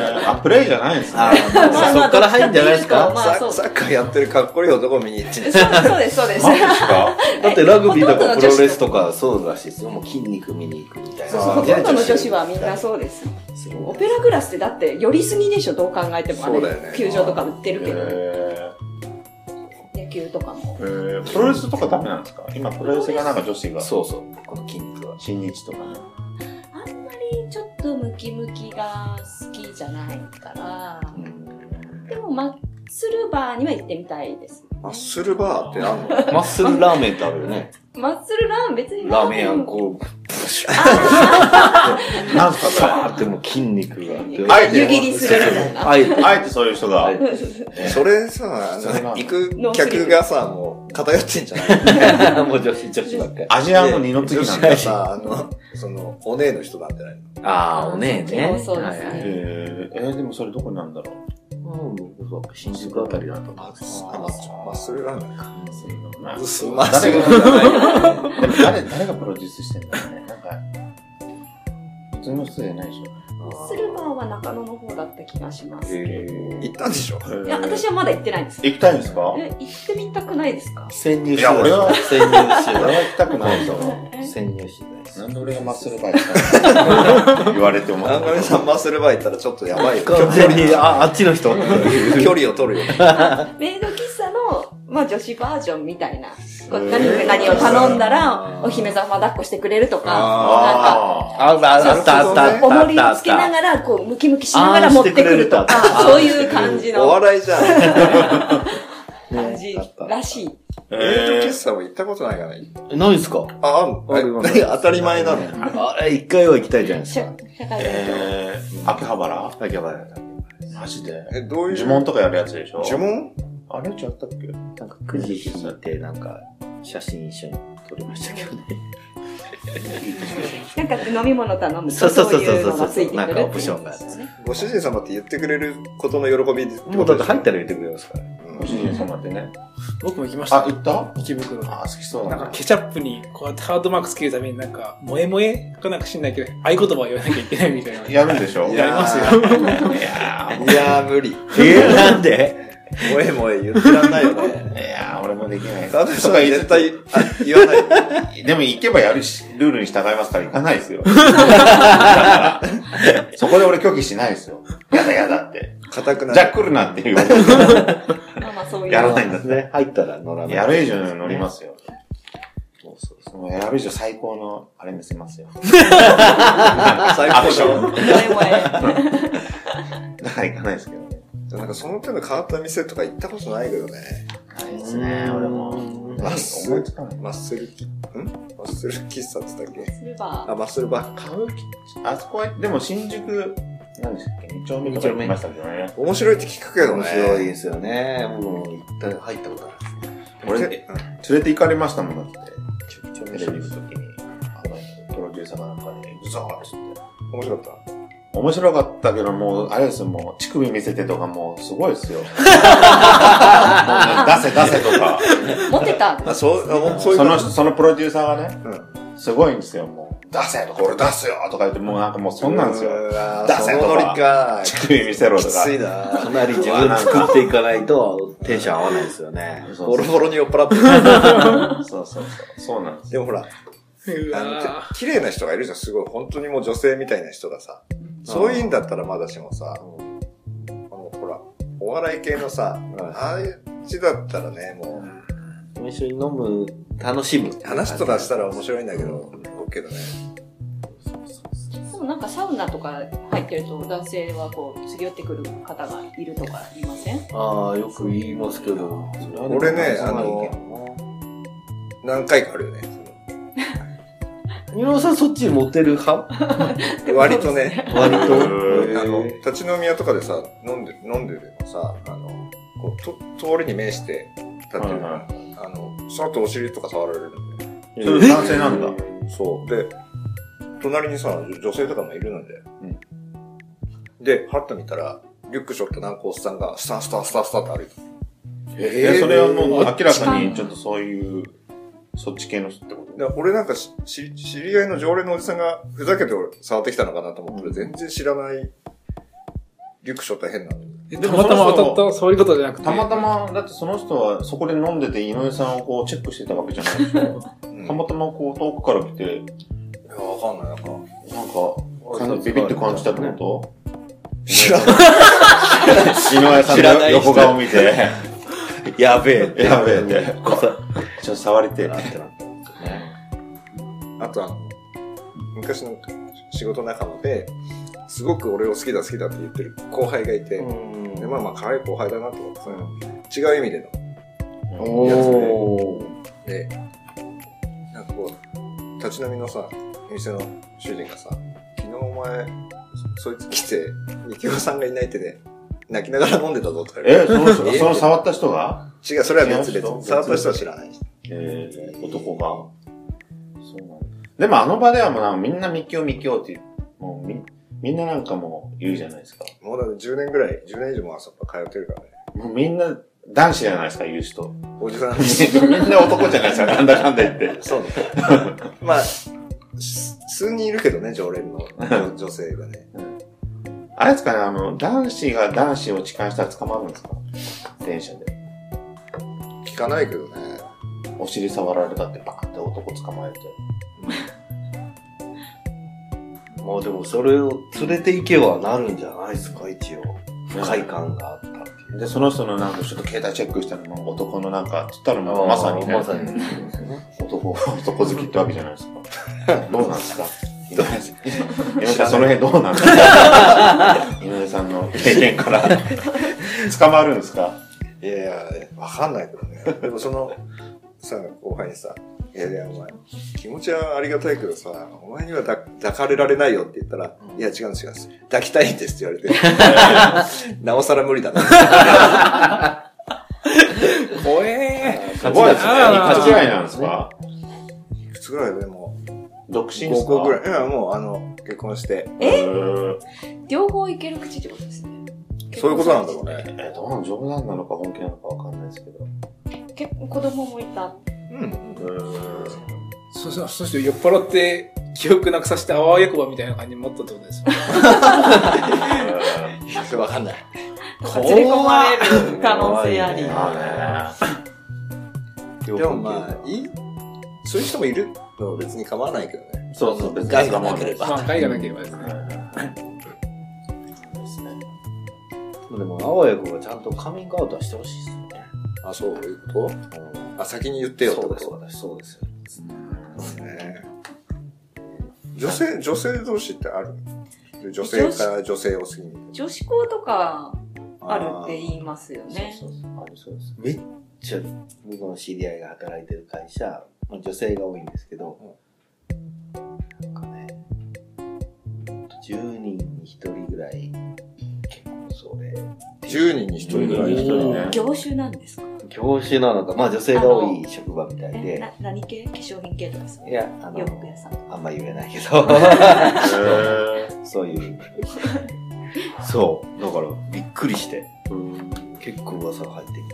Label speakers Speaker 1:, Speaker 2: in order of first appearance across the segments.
Speaker 1: だよ
Speaker 2: あ、プレイじゃないんですね。
Speaker 3: あまあそっから入るんじゃないです
Speaker 4: まあ
Speaker 3: か
Speaker 4: まあそ
Speaker 1: サ
Speaker 4: う
Speaker 1: サッカーやってるかっこいい男見に行って
Speaker 4: そうそうですそうです
Speaker 2: マジですか
Speaker 3: だってラグビーとか
Speaker 4: ほとんどの女子
Speaker 3: プロレスとかそうらしいですよ。もう筋肉見に行くみたい な。
Speaker 4: そうそう、ほ
Speaker 2: あー
Speaker 4: とんどの女子はみんなそうです。
Speaker 3: す
Speaker 4: オ
Speaker 3: ごい
Speaker 4: ペラグラスってだって寄りすぎでしょ、どう考えても。あ
Speaker 1: そう
Speaker 4: れ、
Speaker 1: だよね
Speaker 4: 球場とか売って
Speaker 2: え
Speaker 4: るけど、
Speaker 2: ー
Speaker 4: 野球とかも
Speaker 2: え。ープロレスとかダメなんですか今プロレスがなんか女子が。
Speaker 3: そうそう。この筋肉は。
Speaker 2: 新日とかね。
Speaker 4: あんまりちょっとムキムキが好きじゃないから、でもマッスルバーには行ってみたいです。
Speaker 1: マッスルバーってなんの
Speaker 3: マッスルラーメン食べるね。
Speaker 4: マッスルラーン別に
Speaker 3: ラーメン屋こう、
Speaker 2: なんすかそ
Speaker 3: あってもう筋肉があって。
Speaker 2: あえて
Speaker 4: 湯切りするみたいな。
Speaker 3: あえて。
Speaker 2: れ。あえてそういう人が。
Speaker 3: はい
Speaker 1: それさ、あ
Speaker 2: それ
Speaker 1: の
Speaker 2: な
Speaker 1: 行く客がさ、もう偏ってんじゃない
Speaker 3: もう女子、女子ばっかり。
Speaker 2: アジアの二の次な
Speaker 1: 女子
Speaker 2: んだ
Speaker 1: が。さ、あの、その、お姉の人なんじゃないの
Speaker 3: ああ、おねえね。
Speaker 4: そうですね
Speaker 3: はいはい
Speaker 2: えー、えーでもそれどこになんだろう
Speaker 3: うん、僕は新宿あたりだと思
Speaker 1: マ
Speaker 3: う
Speaker 1: ッスあマッスマッスルラーメンか。
Speaker 2: まあ
Speaker 1: マッス
Speaker 2: 誰
Speaker 1: ルラー
Speaker 2: が、
Speaker 1: メンか。
Speaker 2: でも誰、誰がプロデュースしてんだろうね。なんか、普通の人じゃないでしょ。
Speaker 4: マッスルバーは中野の方だった気がします。い
Speaker 3: え
Speaker 1: 行ったんでしょ
Speaker 4: や、私はまだ行ってないです。え、
Speaker 2: 行きたいんですか
Speaker 4: 行ってみたくないですか
Speaker 3: 潜入
Speaker 2: いや俺は
Speaker 3: 潜入取
Speaker 2: 俺は
Speaker 3: 材。
Speaker 2: 行きたくないぞ。
Speaker 3: 潜入取材。
Speaker 2: なんで俺がマッスルバイトしたの言われて思っ
Speaker 1: あん
Speaker 2: た
Speaker 1: が。みさんマッスルバー行ったらちょっとやばいよ。
Speaker 3: 完全に、あ、あっちの人って
Speaker 1: 距
Speaker 3: いう。
Speaker 1: 離を取るよ。
Speaker 4: メイド喫茶の、まあ、女子バージョンみたいな。こ
Speaker 2: へ
Speaker 4: う
Speaker 2: ー
Speaker 4: 何々何を頼んだ
Speaker 1: あ
Speaker 4: ら、
Speaker 1: ー
Speaker 4: お姫様抱っこしてくれるとか、
Speaker 2: あ
Speaker 3: あ、ああったあった
Speaker 1: な
Speaker 3: あっ
Speaker 1: ん
Speaker 3: た
Speaker 4: なんか、お
Speaker 3: あ
Speaker 4: も
Speaker 3: っ
Speaker 4: り
Speaker 3: たあ
Speaker 4: を
Speaker 3: っ
Speaker 4: つけな
Speaker 3: た。
Speaker 4: がら、こう、ムキムキしながら持ってくると
Speaker 3: あーしてくれる
Speaker 4: か、
Speaker 3: と
Speaker 4: そういう感じ
Speaker 1: お
Speaker 4: の
Speaker 1: 笑いじゃん。
Speaker 4: 感じらしい。
Speaker 1: メイド
Speaker 2: え
Speaker 1: 喫茶も行ったことないから。
Speaker 3: ないですか
Speaker 1: あ、あんの
Speaker 3: あるよ
Speaker 1: え当たり前なの。
Speaker 3: あれ、一回は行きたいじゃないです
Speaker 4: 社
Speaker 3: か。
Speaker 4: 社会勉強。
Speaker 2: えー、秋葉原
Speaker 3: あ、やばい。
Speaker 2: マジで
Speaker 1: え、どういう
Speaker 2: 呪文とかやるやつでしょ
Speaker 1: 呪文
Speaker 2: あれちゃったっけ
Speaker 3: なんか、くじ引いて、なんか、写真一緒に撮りましたけどね。
Speaker 4: なんか飲み物頼むと、
Speaker 3: そうそうそうそう
Speaker 4: いのがついてくる
Speaker 3: なん
Speaker 4: って
Speaker 3: か
Speaker 4: いう
Speaker 3: オプションがあって
Speaker 1: ご主人様って言ってくれることの喜びです。
Speaker 3: もうだって入ったら言ってくれますから。
Speaker 2: ご主人様ってね。
Speaker 5: 僕も行きまし
Speaker 2: あ、
Speaker 5: た。
Speaker 2: 行った
Speaker 5: 池袋に。
Speaker 2: あ、好きそう
Speaker 5: な
Speaker 2: だ
Speaker 5: ん
Speaker 2: な
Speaker 5: か。ケチャップに、こうやってハードマークつけるために、なんか、萌え萌えかなんか知んないけど、合言葉を言わなきゃいけないみ たいな。
Speaker 2: やるんでしょ
Speaker 1: い
Speaker 5: やり
Speaker 1: や
Speaker 5: ますよ。
Speaker 2: いや
Speaker 1: いやー、無理。
Speaker 3: えー、なんで
Speaker 1: 萌え萌え言ってらんないよね。
Speaker 2: ーいやー俺もできない。
Speaker 1: 彼女さん絶対あ言わない。
Speaker 2: でも行けばやるし、ルールに従いますから行かないですよ。だからそこで俺拒否しないですよ。やだやだって。
Speaker 1: 硬くな
Speaker 2: じゃあ
Speaker 1: る。
Speaker 2: 来るなっていう。
Speaker 4: まあまあそういう。
Speaker 2: やらないんだっ
Speaker 3: です
Speaker 2: て。
Speaker 3: ね。入ったら乗らない。
Speaker 2: やる以上乗りますよ。
Speaker 3: そうそうそ
Speaker 2: そのやる以上最高のあれ見せますよ。
Speaker 1: 最高
Speaker 2: アクショ
Speaker 1: だ
Speaker 2: ン
Speaker 4: 萌え萌え。
Speaker 2: だから行かないですけどね。
Speaker 1: なんかかその手の変わった店とか行ったことないけどね。
Speaker 2: ないですね、俺も。
Speaker 1: マッスル
Speaker 2: つかない。
Speaker 1: マッスルキ、んマッスル喫茶ってだっけ
Speaker 4: すれば
Speaker 1: あ、マッスルバー。
Speaker 2: 歌舞伎あそこは、でも新宿、何でしたっけ二丁目とか行きましたけどね。
Speaker 1: 面白いって聞くけどね。
Speaker 3: 面白いですよね。もう、行った、入ったことある。
Speaker 2: 俺、
Speaker 1: うん
Speaker 2: 連れて行かれましたもんだって。
Speaker 3: ちょびちょ
Speaker 2: テレビの時に、あの、プロデューサーかなんかに、行くぞーっつって。
Speaker 1: 面白かっ
Speaker 2: 面白かったけど、もう、あれですよ、もう、乳首見せてとか、もう、すごい ですよ。もうね出せ出せとか。
Speaker 4: モテた
Speaker 1: た。あ、そう、あ、もうそういう
Speaker 2: その
Speaker 1: 感
Speaker 2: 人、
Speaker 1: じ
Speaker 2: そのプロデューサーがね、
Speaker 1: うん。
Speaker 2: すごいんですよ、もう。出せとか、俺出すよとか言って、もうなんかもう、そんなんですよ。
Speaker 1: うわー
Speaker 2: 出せとか
Speaker 1: そのノリか。
Speaker 2: 乳首見せろ
Speaker 1: き
Speaker 2: とか
Speaker 1: つ。いな
Speaker 3: かなり自分で作っていかないとテンション合わないですよね。
Speaker 2: そう
Speaker 1: ボロボロに酔っ払ってる。
Speaker 2: そうそうそう。そうなんです
Speaker 1: でもほら、
Speaker 5: う
Speaker 1: あの
Speaker 5: わ
Speaker 1: き綺麗な人がいるじゃん、すごい。本当にもう女性みたいな人がさ。そういうんだったらまだしもさ、あの、ほら、お笑い系のさ、ああいうちだったらね、も
Speaker 3: 一緒に飲む、楽しむ。
Speaker 1: う、話とかしたら面白いんだけど、OK けどね。
Speaker 4: でもなんかサウナとか入ってると男性はこう、すり寄ってくる方がいるとか言いません
Speaker 3: ああ、よく言いますけど。
Speaker 1: 俺ねあの、何回かあるよね。
Speaker 3: ニノさんそっちモテる派
Speaker 1: 割とね、
Speaker 3: 割と。
Speaker 2: ー
Speaker 1: あの、立ち飲み屋とかでさ、飲んで、飲んでてもさ、あの、こう、と、通りに面して立ってるから、
Speaker 2: は
Speaker 1: あの、その後お尻とか触られるんで。
Speaker 2: それ男性なんだ。
Speaker 1: そう。で、隣にさ、女女性とかもいるので。
Speaker 2: うん
Speaker 1: で、はっと見たら、リュック背負ったなんかおっさんが、スタスタスタスタって歩いてる
Speaker 2: えーそれはもう、明らかに、ちょっとそういう、そっち系の人ってこと
Speaker 1: で俺なんかしし知り合いの常連のおじさんがふざけて触ってきたのかなと思ったら、全然知らない、リュック背負った変なの。
Speaker 5: ーたまたま当たった、そういうことじゃなくて。
Speaker 2: たまたま、だってその人はそこで飲んでて井上さんをこうチェックしてたわけじゃないでしょ。
Speaker 1: うん
Speaker 2: たまたまこう遠くから来て、
Speaker 1: いや、わかんない。なん か、
Speaker 2: なんか、感じビビって感じたってこと
Speaker 1: 知ら
Speaker 2: 井上さん
Speaker 3: 知らな
Speaker 2: の
Speaker 3: い人
Speaker 2: 横顔見て、
Speaker 3: やべえ。
Speaker 2: やべえって、
Speaker 3: こさ
Speaker 2: ちょっと触れて。
Speaker 1: あとあの、昔の仕事仲間で、すごく俺を好きだ好きだって言ってる後輩がいて、でまあまあ可愛い後輩だなと思ってそれ違う意味での
Speaker 2: お
Speaker 1: おで、なんかこう、立ち飲みのさ、店の主人がさ、昨日お前、そそいつ来て、みきおさんがいないってね、泣きながら飲んでたぞとか言う
Speaker 2: え、その人、その触った人が
Speaker 1: 違う、それは別
Speaker 2: 違う人
Speaker 1: 々。触った人は知らない。
Speaker 2: えー、男が。そうなんだ。でもあの場ではもうなんかみんなミキオミキオって、もうみ、みんななんかもう言うじゃないですか。
Speaker 1: もうだって10年ぐらい、10年以上も朝通ってるからね。
Speaker 2: もうみんな男子じゃないですか、言う人。、
Speaker 1: おじさん
Speaker 2: みんな男じゃないですか、なんだかんだ言って。
Speaker 1: そうね。 まあ、す数人いるけどね、常連 の女女性がね。
Speaker 2: あれですかね、あの、男子が男子を痴漢したら捕まるんですか電車で。
Speaker 1: 聞かないけどね。
Speaker 2: お尻触られたってバーンって男捕まえて。
Speaker 3: まあでもそれを連れて行けばなるんじゃないですか、一応。不快感があったっていう。
Speaker 2: で、その人のなんかちょっと携帯チェックしたのも男のなんか、つったらもうまさにね、
Speaker 3: まさに。
Speaker 2: 男、男好きってわけじゃないです か。どうなんですか井上さん井上さん、その辺どうなんですか井上さんの経験から。捕まるんですか
Speaker 1: いやいや、わかんないけどね。でもその、さ、後輩にさ、いやいや、お前、気持ちはありがたいけどさ、お前には抱抱かれられないよって言ったら、いや、違うんですよ。抱きたいんですって言われ て。なおさら無理だな。
Speaker 5: 怖え
Speaker 2: すごいですね。
Speaker 5: あー
Speaker 2: 勘違いなんですか
Speaker 1: いくつぐらいでもう、
Speaker 2: 独身です
Speaker 1: 高
Speaker 2: か
Speaker 1: 校ぐらい。いや、もう、あの、結婚して。
Speaker 2: え
Speaker 4: 両方いける口ってことですね。
Speaker 1: そういうことなんだろうね。
Speaker 2: えどうなの冗談なのか本気なのかわかんないですけど。
Speaker 4: 結構子供もいた。
Speaker 1: うん。
Speaker 5: そそそして酔っ払って、記憶なくさせて、あわやくばみたいな感じに持ったってこと ですよ。
Speaker 1: それわかんない。
Speaker 4: 連れ込まれる可能性あり。
Speaker 2: あ
Speaker 1: でもまあ、いいそういう人もいるの別に構わないけどね。
Speaker 2: ね。そうそう、別
Speaker 1: 害がなければ
Speaker 5: まあ、害がなければです
Speaker 2: 構わ
Speaker 5: ね。
Speaker 2: ないですね。
Speaker 3: でも、あわやくんはちゃんとカミングアウトはしてほしいですよね。
Speaker 1: あ、そういうことあ、先に言ってよって
Speaker 3: そ
Speaker 1: こと
Speaker 3: うです、私、そうですよ。
Speaker 1: ね女性、女性同士ってある女性から女性を好きに。
Speaker 4: 女子校とか、あるって言いますよね。
Speaker 3: そうそうそうあるそうです。めっちゃ、僕の知り合いが働いてる会社、まあ、女性が多いんですけど、なんかね、10人に1人ぐらい、結構それ、
Speaker 1: 10人に1人ぐらい
Speaker 2: 一人ね
Speaker 4: 業種なんですか
Speaker 3: 業種なのか、まあ女性が多い職場みたい
Speaker 4: え
Speaker 3: で、
Speaker 4: な何系化粧品系とかさ。
Speaker 3: いや、あ
Speaker 4: 洋
Speaker 3: の、
Speaker 4: 服屋さんとか。
Speaker 3: あんま言えないけ ど、
Speaker 2: へ
Speaker 3: そういう。そう、だからびっくりして、結構噂が入ってくる。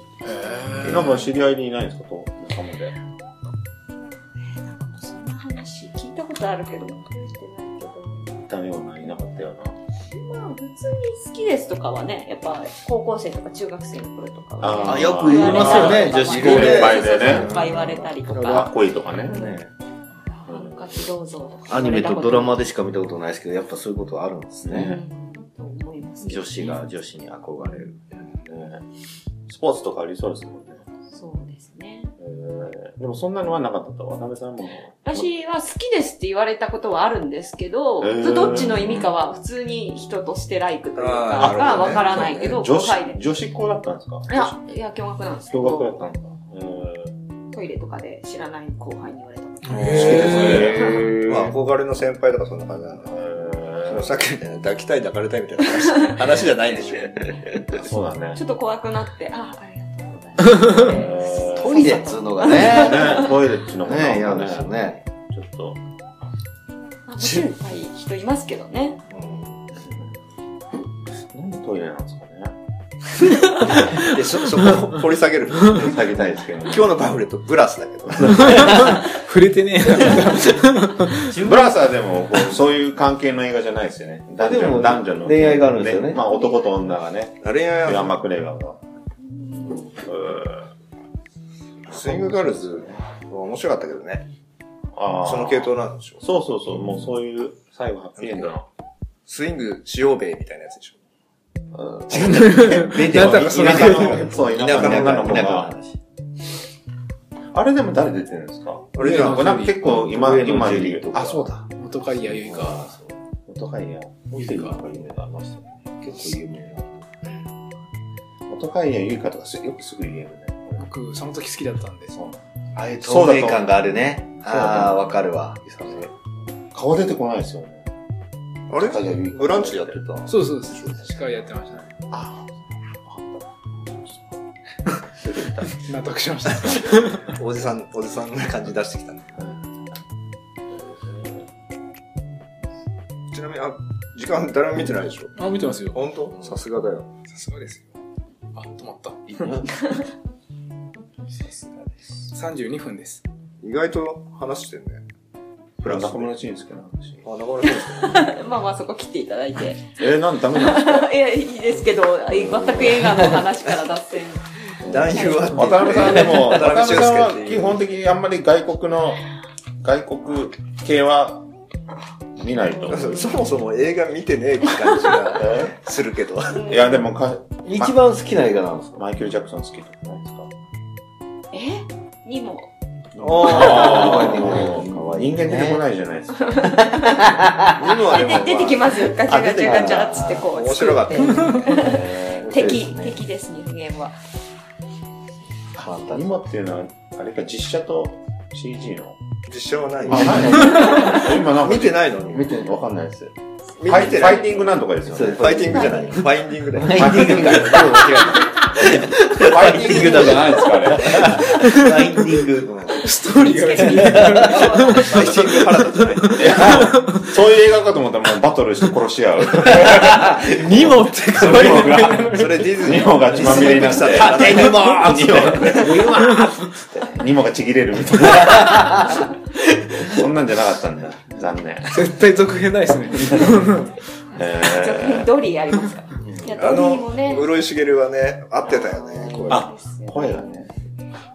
Speaker 2: ーなんか知り合いにいないんですかと仲間で。
Speaker 4: えなんかもうそんな話聞いたことあるけど、覚えてないけど。
Speaker 2: いたような、いなかったような。
Speaker 4: まあ、普通に好きですとかはね、やっぱ高校生とか中学生の頃とかは、
Speaker 2: あ
Speaker 3: あよく言いますよね女子
Speaker 2: 高で先
Speaker 4: 先輩
Speaker 2: 輩でね
Speaker 4: 言われたりと
Speaker 2: かっ
Speaker 4: か。
Speaker 2: こいいとかね。
Speaker 4: ね
Speaker 3: ね、
Speaker 4: ハンカチどうぞとか。
Speaker 3: アニメとドラマでしか見たことないですけど、やっぱそういうことはあるんです
Speaker 4: う
Speaker 3: ね。
Speaker 4: んと思いますけど
Speaker 3: 女子が女子に憧れる。。
Speaker 2: スポーツとかありそうですもんね。
Speaker 4: そうですね。
Speaker 2: えーでもそんなのはなかったと。渡辺さんも。
Speaker 4: 私は好きですって言われたことはあるんですけど、
Speaker 2: へー
Speaker 4: どっちの意味かは普通に人としてライクという
Speaker 1: あ
Speaker 4: か
Speaker 1: ー
Speaker 4: がわからないけど、
Speaker 2: 女
Speaker 4: 5歳
Speaker 2: 子、
Speaker 4: で。
Speaker 2: 女子校だったんですか
Speaker 4: いや、いや、驚学なんですけ
Speaker 2: 共学だっ
Speaker 4: ど、
Speaker 2: たんですかえ
Speaker 4: トイレとかで知らない後輩に言われたこと
Speaker 1: 好きですね。
Speaker 2: ー
Speaker 1: まあ、憧れの先輩とかそんな感じなんだ。その
Speaker 2: え
Speaker 1: さっきみたいな抱きたい抱かれたいみたいな話話じゃないんで しょ。
Speaker 2: ーそうだね
Speaker 4: ち。ょっと怖くなって、あ、ありがとうございますって
Speaker 3: トイレっつう のがね、
Speaker 2: ね、トイレっちのも
Speaker 3: ね、
Speaker 2: な
Speaker 3: 嫌
Speaker 2: んか
Speaker 3: ですよ
Speaker 2: ね。
Speaker 3: ね。
Speaker 2: ちょっと。
Speaker 4: まあ、もちろんいっぱい人いますけどね。
Speaker 2: なんでトイレなんですか ね。
Speaker 1: で、そ、そこを掘り下げる。
Speaker 2: 下げたいですけどね。
Speaker 1: 今日のパンフレット、ブラスだ けど。
Speaker 5: 触れてね
Speaker 2: ブラスはでもこう、そういう関係の映画じゃないですよね。男
Speaker 3: で
Speaker 2: 女の、
Speaker 3: も
Speaker 2: 男女の。
Speaker 3: 恋愛があるんですよね
Speaker 2: まあ男と女がね、
Speaker 1: あれ
Speaker 2: フラ
Speaker 1: や、
Speaker 2: ンマクレーガーが。
Speaker 1: スイングガールズ、面白かったけどね。
Speaker 2: あー
Speaker 1: その系統なんでしょ。
Speaker 2: そうそうそう、もうそういう、最後ハッピーエンドの。
Speaker 1: スイングしようべみたいなやつでしょ。
Speaker 2: 違うんだよね。
Speaker 5: なんとな
Speaker 2: そ
Speaker 5: くそ
Speaker 2: の
Speaker 5: の
Speaker 2: 田舎の、そう、田
Speaker 1: 田
Speaker 2: 舎
Speaker 1: 舎
Speaker 2: の
Speaker 1: の
Speaker 2: 田舎の子
Speaker 3: 田舎の
Speaker 2: が。
Speaker 3: 話。
Speaker 2: あれでも誰出てるんですか
Speaker 1: あれじゃん
Speaker 2: なんか結構今、今いる。
Speaker 3: あ、そうだ。
Speaker 5: 元カイヤいか。
Speaker 2: 元カイヤ。
Speaker 5: 多いか。
Speaker 2: ありましたね。
Speaker 3: 結構有名な。
Speaker 2: 元カイヤ、ユイカとかすよくすぐ言えるね。
Speaker 5: 僕、その時好きだったんで。
Speaker 2: そう
Speaker 3: ああいう
Speaker 2: そう
Speaker 3: 透
Speaker 2: だと
Speaker 3: 明感があるね。
Speaker 2: そうだ
Speaker 3: ああ、わかるわ。
Speaker 2: 顔出てこないですよね。
Speaker 1: あれ
Speaker 2: 元カイヤユイカ
Speaker 1: ブランチやって
Speaker 2: た
Speaker 5: そうそうです。司会やってましたね。
Speaker 2: あ
Speaker 5: 納得しました。
Speaker 1: おじさん、おじさんな感じ出してきたね。ちなみに、あ、時間誰も見てないでしょ。
Speaker 5: あ、見てますよ。
Speaker 1: 本当さすがだよ。
Speaker 5: さすがですよ。あ、止まった。さすがです。32分です。
Speaker 1: 意外と話してるね。
Speaker 2: あ。
Speaker 1: ブランチ
Speaker 2: 中村俊介の話。
Speaker 1: あ、なかなかですね。
Speaker 4: まあまあそこ切っていただいて。
Speaker 2: えー、なんでダメなの
Speaker 4: いや、いいですけど、全く映画の話から脱線。
Speaker 1: 男優はって
Speaker 2: 渡辺さんでも、渡
Speaker 1: 渡
Speaker 2: 辺
Speaker 1: 辺
Speaker 2: さ
Speaker 1: 俊
Speaker 2: ん
Speaker 1: 介
Speaker 2: は
Speaker 1: っていう
Speaker 2: 基本的にあんまり外国の、外国系は見ないと思う。
Speaker 1: そもそも映画見てねえ感じが
Speaker 2: え
Speaker 1: するけど。
Speaker 2: いや、でもか、
Speaker 3: 一番好きな映画なんですか
Speaker 2: マイケル・ジャクソン好きとかないですか
Speaker 4: えにも。
Speaker 2: あ
Speaker 3: ー
Speaker 2: あ人間出てこないじゃないですか。
Speaker 1: 今はでも、
Speaker 4: で出てきますよ。ガチャガチャガチャっつってこう。
Speaker 1: 面白かった
Speaker 2: えー
Speaker 4: 敵、敵ですね、ゲームは。
Speaker 3: 簡単に。
Speaker 2: 今っていうのは、あれか、実写と CG の。
Speaker 1: 実写はない。
Speaker 2: ない今なんか、
Speaker 1: 見てないのに。
Speaker 2: 見て、わかんないです。フ
Speaker 1: 見
Speaker 2: ァイフ
Speaker 1: てな
Speaker 2: ァイ
Speaker 1: い。
Speaker 2: ティングなんとかですよね。
Speaker 1: ファイティングじゃない。ファインディングだよ。
Speaker 2: ファイティングファイティングだじゃないですか、あれ。
Speaker 3: ファインディング。
Speaker 5: ストーリーが別に。
Speaker 1: ファイティング原田じゃない。
Speaker 2: いやそういう映画かと思ったらもうバトルして殺し合う。
Speaker 5: にもって
Speaker 2: それが、
Speaker 1: それディズニー。
Speaker 2: ニモが血まみれになって、
Speaker 1: ディズニーピクサーだ
Speaker 2: ニモニモがちぎれるみたいな。そんなんじゃなかったんだよ。残念。
Speaker 5: 絶対続編ないです ね。
Speaker 2: え
Speaker 4: 続編ドリーありますから。いや、
Speaker 1: あ
Speaker 4: ドリーも
Speaker 1: の、
Speaker 4: ね。
Speaker 1: 室井茂はね、合ってたよね、こう
Speaker 2: あ
Speaker 4: ですよ
Speaker 2: ー
Speaker 4: ね
Speaker 2: 声がね。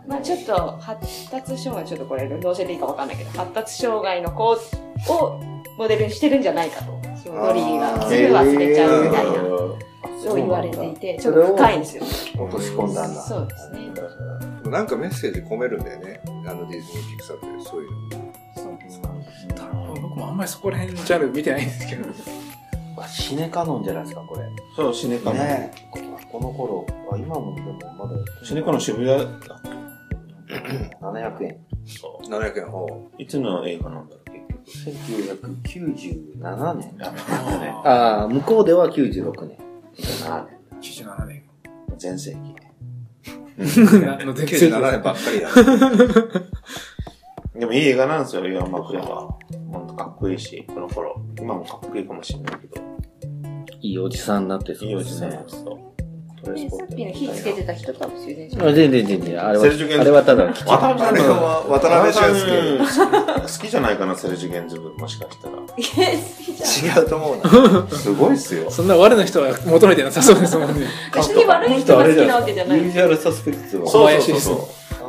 Speaker 4: まあちょっと発達障害、ちょっとこれどうせでいいかわかんないけど、発達障害の子をモデルにしてるんじゃないかと。そのドリーが
Speaker 1: あー
Speaker 4: すぐ忘れちゃうみたいな、
Speaker 2: そ
Speaker 4: そう言われていて、ちょっと深いんですよ。
Speaker 3: 落とし込んだんだ。
Speaker 4: そうですね。
Speaker 1: なんかメッセージ込めるんだよね。あのディズニー・ピクサーって、そういうの。
Speaker 4: そうですか。
Speaker 5: 僕もあんまりそこら辺のジャンル見てないんですけど。
Speaker 3: まあ、シネカノンじゃないですか、これ。
Speaker 2: そう、シネカの。
Speaker 3: ねえ。この頃、あ、今もでもまだ、
Speaker 2: シネカの渋谷だ
Speaker 3: 700円。
Speaker 2: そう。
Speaker 1: 700円ほ
Speaker 2: いつの映画なんだろう、結局。
Speaker 3: 1997年。
Speaker 2: やばいね。
Speaker 3: ああ、向こうでは96年。
Speaker 2: 97年。
Speaker 5: 97年。
Speaker 2: 全盛期。
Speaker 5: の
Speaker 1: う。
Speaker 5: 全然
Speaker 1: 97円ばっかりだ、ね。
Speaker 2: でもいい映画なんですよ、岩幕屋は。ほんとかっこいいし、この頃。今もかっこいいかもしれないけど。
Speaker 3: いいおじさんになってそう
Speaker 2: いいお
Speaker 3: で
Speaker 2: じ
Speaker 3: す
Speaker 2: さん
Speaker 3: ね
Speaker 2: で。すと。
Speaker 4: ねさっきの火つけてた人かもしれないし
Speaker 3: あ 全然全然、あれは、
Speaker 2: セルジュゲン
Speaker 3: あれはただの基地
Speaker 2: 渡辺
Speaker 1: あ
Speaker 2: さん
Speaker 1: れは渡辺俊
Speaker 2: 介。好きじゃないかな、セルジュゲンズブ。もしかしたら。
Speaker 4: いや好きじゃん
Speaker 1: 介。違うと思うな。
Speaker 2: すごいっすよ。
Speaker 5: そんな悪な人は求めてなさそうですもんね。
Speaker 4: 別に悪い人が好きなわけじゃない
Speaker 3: ユージュアルサスペクツは。
Speaker 5: 小
Speaker 2: そう
Speaker 5: 林
Speaker 2: そう
Speaker 5: です
Speaker 2: そう。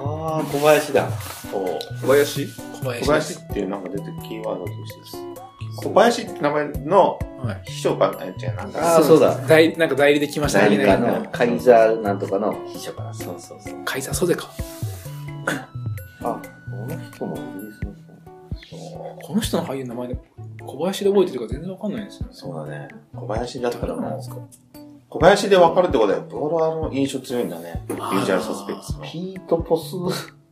Speaker 3: ああ、小林だ。
Speaker 2: そう
Speaker 1: 小林
Speaker 5: 小林。
Speaker 2: 小林っていうなんか出てるキーワードとしてです。小林って名前の
Speaker 5: はい
Speaker 2: 秘書か、え、違う、なん
Speaker 3: あ
Speaker 2: か、
Speaker 3: あ、そうだ。
Speaker 5: 代なんか代理で来ました
Speaker 3: 何か
Speaker 5: ね。
Speaker 3: の、カイザーなんとかの秘書から。
Speaker 2: そうそうそう。
Speaker 5: 会社袖か。
Speaker 3: あ、この人もイギリスの人。
Speaker 5: この人の俳優の名前で小林で覚えてるか全然わかんないですよね。
Speaker 2: そうだね。小林だったら
Speaker 5: 誰なん
Speaker 2: も
Speaker 5: ですか
Speaker 2: う、小林で分かるってことは、ボーラーの印象強いんだね。ビ
Speaker 5: あー
Speaker 2: ジュアルサスペクツの。
Speaker 3: ピート・ポス・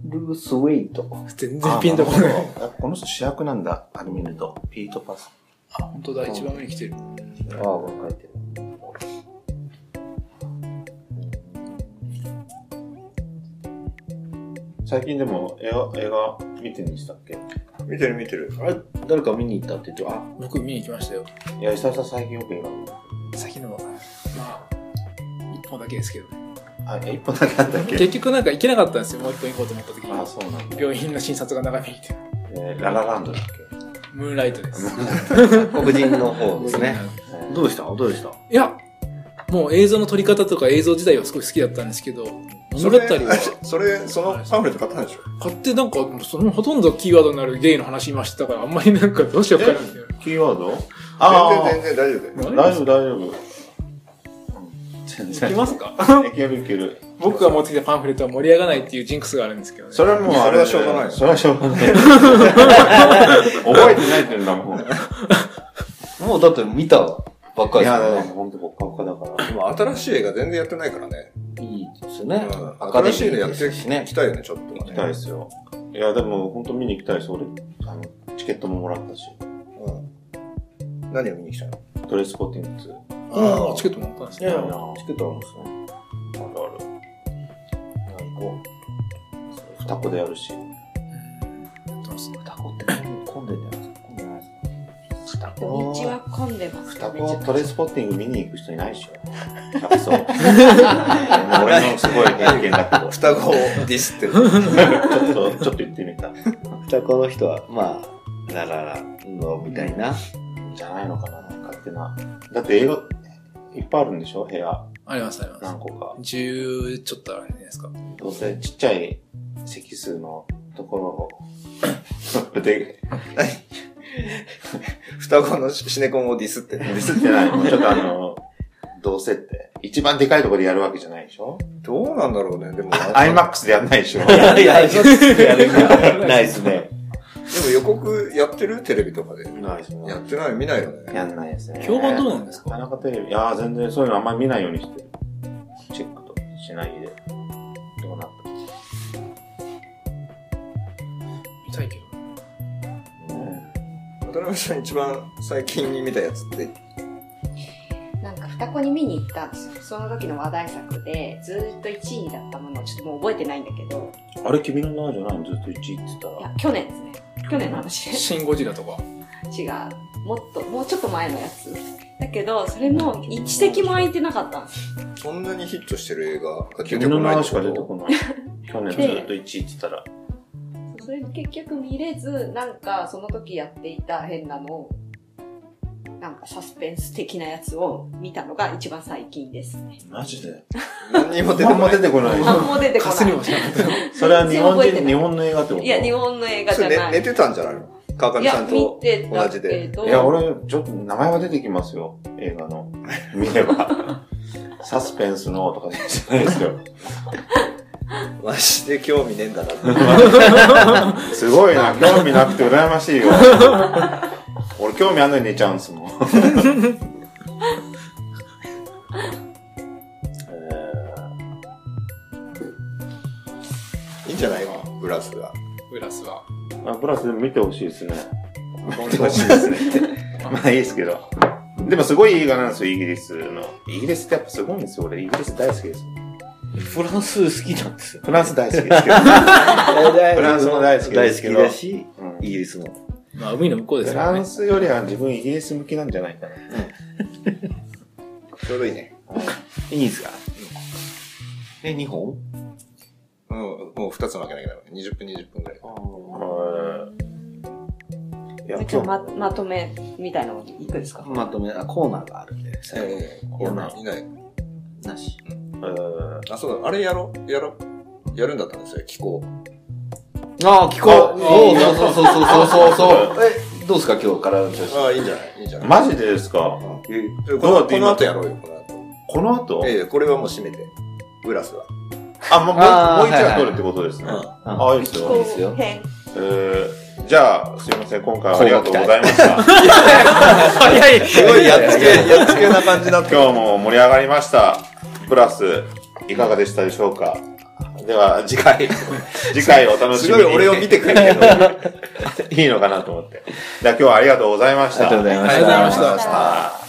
Speaker 3: ルース・ウェイト。
Speaker 5: 全然ピンとこない。
Speaker 2: あ。なるほどこの人主役なんだ、アニメ見ると。ピートパス。
Speaker 5: あ、本当だ。一番目に来てる。
Speaker 3: ああ、これ書いてる。
Speaker 2: 最近でも映画、映画見てんでしたっけ
Speaker 1: 見てる見てる。
Speaker 3: あれ、誰か見に行ったって言って、あ、
Speaker 5: 僕見に行きましたよ。
Speaker 2: いや、久々最近よく映画見る。
Speaker 5: 先のは、まあ、一本だけですけど。
Speaker 2: あ、え一本だけあったっけ
Speaker 5: 結局なんか行けなかったんですよ。もう一本行こうと思った時
Speaker 2: あ、
Speaker 5: に。
Speaker 2: そうなんだ。
Speaker 5: 病院の診察が長引いて。
Speaker 2: えーララランドだっ
Speaker 5: ムーンライトです。
Speaker 3: 黒人の方ですね。
Speaker 2: けえー
Speaker 3: どうでしたどうでした
Speaker 5: いや、もう映像の撮り方とか映像自体はすごい好きだったんですけど、物
Speaker 1: そ
Speaker 5: 語
Speaker 1: れ、
Speaker 5: は
Speaker 1: それ、そのパンフレット買ったんでしょ
Speaker 5: 買ってなんか、そのほとんどキーワードになるゲイの話今してたから、あんまりなんかどうしようかなみたいな。
Speaker 2: キーワード
Speaker 1: 全
Speaker 2: あ
Speaker 1: 然全然大丈夫だよ。
Speaker 2: あ、大 丈夫、大丈夫。 全
Speaker 5: いき
Speaker 2: 然。
Speaker 5: ますか
Speaker 2: いけるいける。
Speaker 5: 僕が持ってきたパンフレットは盛り上がらないっていうジンクスがあるんですけどね。
Speaker 2: それはもうあれ
Speaker 1: それはしょうがない
Speaker 2: それはしょうがない。 覚えてないって言うんだもん。い
Speaker 3: もうだって見たばっかりです
Speaker 2: や、
Speaker 3: よ
Speaker 2: でも
Speaker 3: ね。
Speaker 2: 本当僕カだから。
Speaker 1: 今、新しい映画全然やってないからね。
Speaker 3: いいですよね。
Speaker 1: うん
Speaker 3: アカデ
Speaker 1: 新
Speaker 3: ミ
Speaker 1: しいのや
Speaker 3: ー
Speaker 1: っ
Speaker 3: で
Speaker 1: て
Speaker 3: すしね
Speaker 1: き。たよね、ちょっとは
Speaker 2: 行きたいで
Speaker 1: ね。
Speaker 2: すよ。いや、でも本当見に行きたいです。俺、あの、チケットももらったし。
Speaker 1: うん何を見に来たの
Speaker 2: ドレスポーティング2。
Speaker 5: ああ、チケットもらったんです
Speaker 3: い
Speaker 5: ね。
Speaker 3: や
Speaker 2: いや
Speaker 3: チケットあるんですね。
Speaker 2: あるある。
Speaker 3: 行こ
Speaker 2: 双子でやるし。
Speaker 5: やってますね
Speaker 3: う。タコって混んでんじゃないですか混んでないですか
Speaker 4: 土日は混んでます
Speaker 2: 双
Speaker 4: よ。
Speaker 2: 子
Speaker 4: めちゃ
Speaker 2: ト
Speaker 4: く
Speaker 2: レ
Speaker 4: ちゃ
Speaker 2: スポーティング見に行く人いないでしょ。客層俺のすごい偏見だけど。
Speaker 1: 双子をディスってる。
Speaker 2: ちょっと、ちょっと言ってみた。
Speaker 3: 双子の人は、まあ、ラララのみたいな。
Speaker 2: じゃないのかな、勝手な。だって映画、いっぱいあるんでしょ部屋、
Speaker 5: あります、あります
Speaker 2: 何。個か。
Speaker 5: 10ちょっとあるんじゃないですか。
Speaker 2: どうせちっちゃい席数のところを。で、
Speaker 1: 双子のシネコンをディスってる。
Speaker 2: ディスってない。もうちょっとあの、どうせって。一番でかいところでやるわけじゃないでしょ
Speaker 1: どうなんだろうね、でも。
Speaker 2: アイマックスでやん ないでしょ
Speaker 3: やるや るやるないですね。
Speaker 1: でも予告やってるテレビとかで。
Speaker 2: ないですね
Speaker 1: やってない、見ないよね。
Speaker 2: やんないですね。
Speaker 5: 評判どうなんですか
Speaker 2: なかなかテレビ、いやー全然そういうのあんまり見ないようにしてる。チェックとしないで。どうなった
Speaker 5: 見た いけど。
Speaker 1: 渡辺さん一番最近に見たやつって。
Speaker 4: なんか双子に見に行ったんですよ。その時の話題作で、ずーっと1位だったものをちょっともう覚えてないんだけど、
Speaker 2: あれ君の名はじゃないのずっと1位って言ってた
Speaker 4: い
Speaker 2: ら。
Speaker 4: や、去年ですね。去年の話 です。
Speaker 5: シン・ゴジラとか。
Speaker 4: 違う。もっと、もうちょっと前のやつ。だけど、それの一席も空いてなかったんです。
Speaker 1: そんなにヒットしてる映画が出
Speaker 2: 君
Speaker 1: てこ
Speaker 2: の
Speaker 1: ない
Speaker 2: 名
Speaker 1: っ
Speaker 2: は
Speaker 1: て
Speaker 2: し
Speaker 1: こ
Speaker 2: か
Speaker 1: と
Speaker 2: 出てこない。去年ずっと1位って言ってたら。
Speaker 4: それ結局見れず、なんかその時やっていた変なのを、なんかサスペンス的なやつを見たのが一番最近です ね。
Speaker 2: マジで
Speaker 1: 何にも出て
Speaker 2: 何
Speaker 1: こ
Speaker 2: も
Speaker 1: ない
Speaker 2: 出。てこない。
Speaker 4: あ、もう出てこ
Speaker 5: かす
Speaker 4: な
Speaker 5: りも
Speaker 4: い。
Speaker 5: しなか った。
Speaker 2: それは日本
Speaker 4: 全然覚えてな
Speaker 2: 人、
Speaker 4: い
Speaker 2: 日本の映画ってことい
Speaker 4: いや、日本の映画
Speaker 1: そ
Speaker 4: じゃ
Speaker 1: れ
Speaker 4: な
Speaker 1: 寝寝
Speaker 4: い。
Speaker 1: てたんじゃないの川
Speaker 4: い
Speaker 1: 上
Speaker 4: や
Speaker 1: さ、ん
Speaker 4: 見
Speaker 1: と
Speaker 4: て
Speaker 1: 同
Speaker 4: た
Speaker 1: じ
Speaker 4: け
Speaker 1: で。
Speaker 4: ど。
Speaker 2: いや、俺、ちょっと名前は出てきますよ。映画の。見れば。サスペンスのとかじゃないですよ。
Speaker 1: マジで興味ねえんだなって。
Speaker 2: すごいな、興味 なくて羨ましいよ。俺興味あんのに寝ちゃうんですもん。
Speaker 1: いいんじゃないのブラスは。
Speaker 5: ブラスは。
Speaker 2: まあ、プラスでも見てほしいですね。
Speaker 1: 本
Speaker 2: 見てほしいですね。 まあいいですけど。でもすごい映画なんですよ、イギリスの。イギリスってやっぱすごいんですよ、俺。イギリス大好きです。
Speaker 6: フランス好きなんですよ。
Speaker 2: フランス大好きですけど。
Speaker 3: フ
Speaker 2: ランスも大好きですけど
Speaker 3: 大好きだし、
Speaker 2: うん
Speaker 3: イギリスも。
Speaker 5: まあ、海の向こうで
Speaker 2: フ
Speaker 5: すから
Speaker 2: ラ
Speaker 5: ね
Speaker 2: ン。スよりは自分イギリス向きなんじゃないかな。
Speaker 1: ちょうどいいね。
Speaker 6: いいんですか
Speaker 3: え、日本
Speaker 1: うん、もう二つ負けなきゃダメ。20分、20分ぐらい。
Speaker 2: いや、
Speaker 4: じゃあ
Speaker 2: 今
Speaker 4: ま、まとめみたいなのいくですか
Speaker 3: まとめ、あコーナーがあるんで、最後
Speaker 1: ええ
Speaker 3: コーナー
Speaker 1: いない。
Speaker 3: なし。
Speaker 2: 日、
Speaker 1: あ、そうだ。あれやろうやろうやるんだったんですよ、気候。
Speaker 3: ああ、聞こう。そうそうそうそうそうそうそう。 え、どうですか今日からの調子。
Speaker 1: ああ、いいんじゃないいいんじゃない
Speaker 2: マジでですか
Speaker 1: こ
Speaker 2: どうや
Speaker 1: の
Speaker 2: っ
Speaker 1: この後
Speaker 2: て今
Speaker 1: やろうよ、この後。
Speaker 2: この後
Speaker 1: ええ、これはもう締めて。ブラスは。
Speaker 2: あ、もう、も
Speaker 3: あー
Speaker 2: うもう一話取るってことですね。
Speaker 1: うん
Speaker 2: ああ、いいですよ。
Speaker 3: ですよ
Speaker 4: 後編。
Speaker 2: えー、じゃあ、すいません、今回はありがとうございました。
Speaker 6: 早い。
Speaker 1: すごいやっつけ、やっつけな感じになって
Speaker 2: 今日も盛り上がりました。プラス、いかがでしたでしょうかでは、次 回、次回お楽し
Speaker 1: す
Speaker 2: み
Speaker 1: ご
Speaker 2: に。
Speaker 1: い俺を見てくれるけど。
Speaker 2: いいのかなと思って。じゃあ今日はありがとうございまし
Speaker 3: ありがとう
Speaker 2: た
Speaker 3: ご。ざいま
Speaker 5: あ
Speaker 3: し
Speaker 5: りがとう
Speaker 3: た
Speaker 5: ご。ざいました。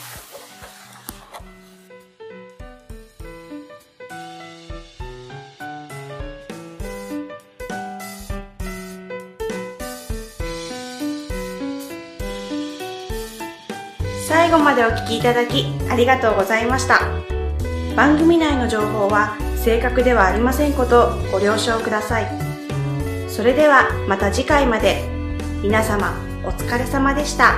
Speaker 7: 最後までお聞きいただきありがとうございました番組内の情報は正確ではありませんことをご了承くださいそれではまた次回まで皆様お疲れ様でした